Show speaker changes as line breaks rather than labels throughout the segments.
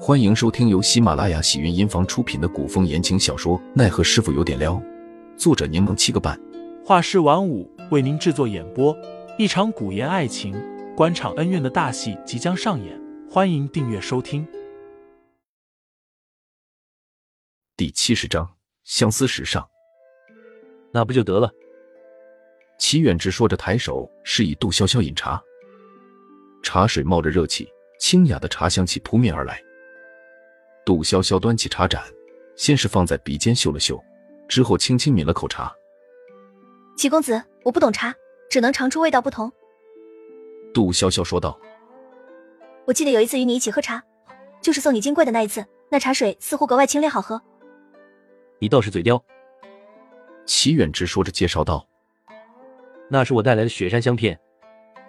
欢迎收听由喜马拉雅喜云音房出品的古风言情小说《奈何师傅有点撩》，作者柠檬七个半，
画师晚舞为您制作演播。一场古言爱情、官场恩怨的大戏即将上演，欢迎订阅收听。
第七十章相思石上。
那不就得了？
齐远直说着，抬手示意杜潇潇饮茶。茶水冒着热气，清雅的茶香气扑面而来。杜潇潇端起茶盏，先是放在鼻尖嗅了嗅，之后轻轻抿了口茶。
齐公子，我不懂茶，只能尝出味道不同。
杜潇潇说道
我记得有一次与你一起喝茶，就是送你金桂的那一次，那茶水似乎格外清冽好喝。
你倒是嘴刁。：“
齐远直说着，介绍道。
那是我带来的雪山香片，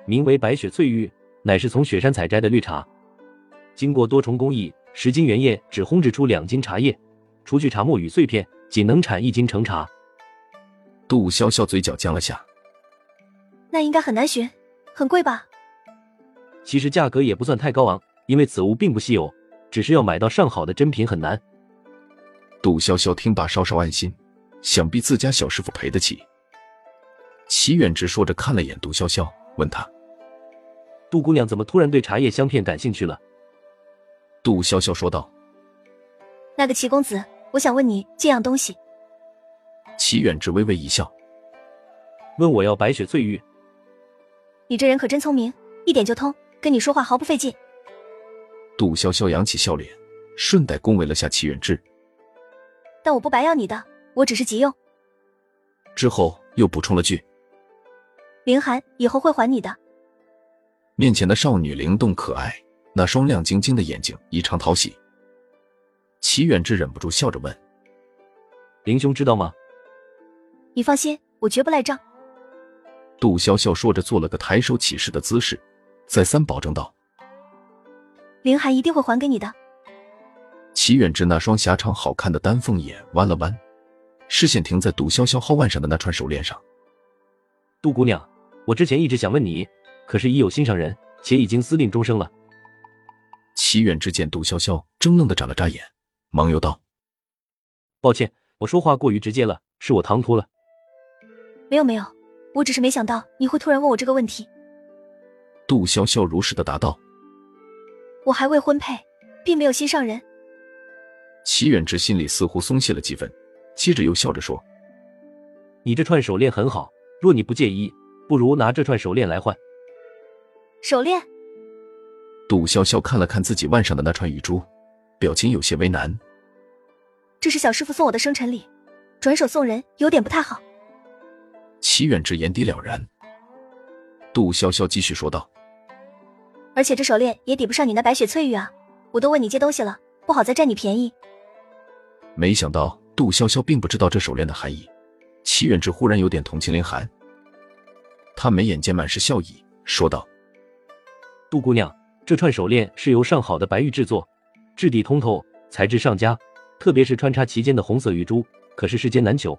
名为白雪翠玉，乃是从雪山采摘的绿茶，经过多重工艺，十斤原叶只烘制出两斤茶叶，除去茶末与碎片，仅能产一斤成茶。”
杜潇潇嘴角僵了下，
那应该很难寻，很贵吧？
其实价格也不算太高昂，因为此物并不稀有，只是要买到上好的珍品很难。
杜潇潇听罢稍稍安心，想必自家小师傅赔得起。齐远直说着看了眼杜潇潇，问他。
杜姑娘怎么突然对茶叶香片感兴趣了？
杜潇潇说道。
那个齐公子，我想问你这样东西，
齐远直微微一笑，
问我要白雪翠玉，
你这人可真聪明，一点就通，跟你说话毫不费劲。
杜潇潇扬起笑脸，顺带恭维了下齐远之，
但我不白要你的，我只是急用。
之后又补充了句。
凌寒以后会还你的。
面前的少女灵动可爱，那双亮晶晶的眼睛异常讨喜。齐远志忍不住笑着问
林兄知道吗？
你放心，我绝不赖账。
杜潇潇，说着做了个抬手起势的姿势，再三保证道。
凌寒一定会还给你的。
齐远志那双狭长好看的丹凤眼弯了弯，视线停在杜潇潇皓腕上的那串手链上。
杜姑娘，我之前一直想问你，可是已有心上人，且已经私定终生了。
齐远志见杜潇潇怔愣的眨了眨眼，忙又道
抱歉，我说话过于直接了，是我唐突了。
没有没有，我只是没想到你会突然问我这个问题。：“
杜潇潇如实的答道。
我还未婚配，并没有心上人。”
齐远志心里似乎松懈了几分，接着又笑着说
你这串手链很好，若你不介意，不如拿这串手链来换。
手链，：“
杜潇潇看了看自己腕上的那串玉珠，表情有些为难。”
这是小师傅送我的生辰礼，转手送人有点不太好。
齐远之眼底了然。杜潇潇继续说道
而且这手链也抵不上你那白雪翠玉啊！我都问你借东西了，不好再占你便宜。：“
没想到杜潇潇并不知道这手链的含义。”齐远之忽然有点同情林寒，他眉眼间满是笑意，说道
杜姑娘，这串手链是由上好的白玉制作，质地通透，材质上佳，特别是穿插其间的红色玉珠，可是世间难求。：“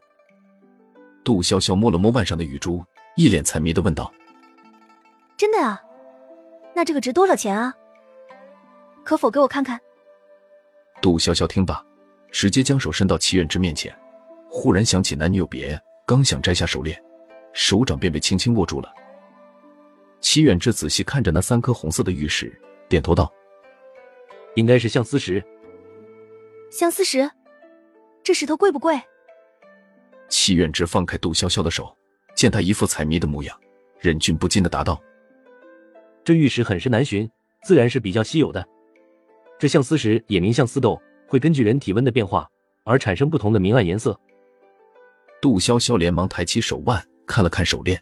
杜潇潇摸了摸腕上的玉珠，一脸财迷的问道
真的啊？那这个值多少钱啊？可否给我看看？：‘
杜潇潇听罢，直接将手伸到齐远之面前，忽然想起男女有别，刚想摘下手链，手掌便被轻轻握住了。’齐远之仔细看着那三颗红色的玉石，点头道
应该是相思石，
相思石，这石头贵不贵？：‘
齐远之放开杜潇潇的手，见她一副财迷的模样，忍俊不禁的答道
这玉石很是难寻，自然是比较稀有的。这相思石也名相思豆，会根据人体温的变化而产生不同的明暗颜色。：“
杜潇潇连忙抬起手腕，看了看手链。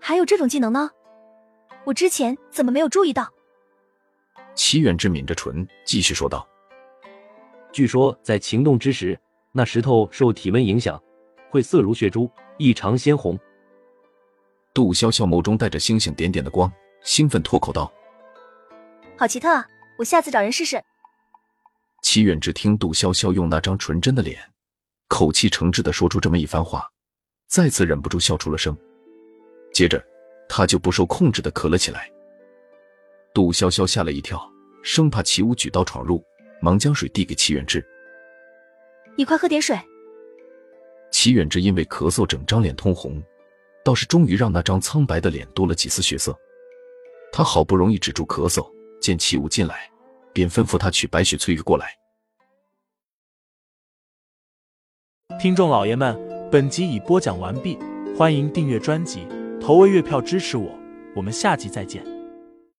还有这种技能呢？我之前怎么没有注意到？
齐远志抿着唇，继续说道
据说在情动之时，那石头受体温影响，会色如血珠，异常鲜红。：‘
杜潇潇眸中带着星星点点的光，兴奋脱口道
好奇特啊！我下次找人试试。：‘
齐远志听杜潇潇用那张纯真的脸，口气诚挚的说出这么一番话，再次忍不住笑出了声。接着，他就不受控制的咳了起来。杜潇潇吓了一跳，生怕齐武举刀闯入，忙将水递给齐远志。
你快喝点水。
齐远志因为咳嗽整张脸通红，倒是终于让那张苍白的脸多了几丝血色。他好不容易止住咳嗽，见齐武进来，便吩咐他取白雪翠玉过来。
听众老爷们，本集已播讲完毕，欢迎订阅专辑，投喂月票支持我，我们下集再见。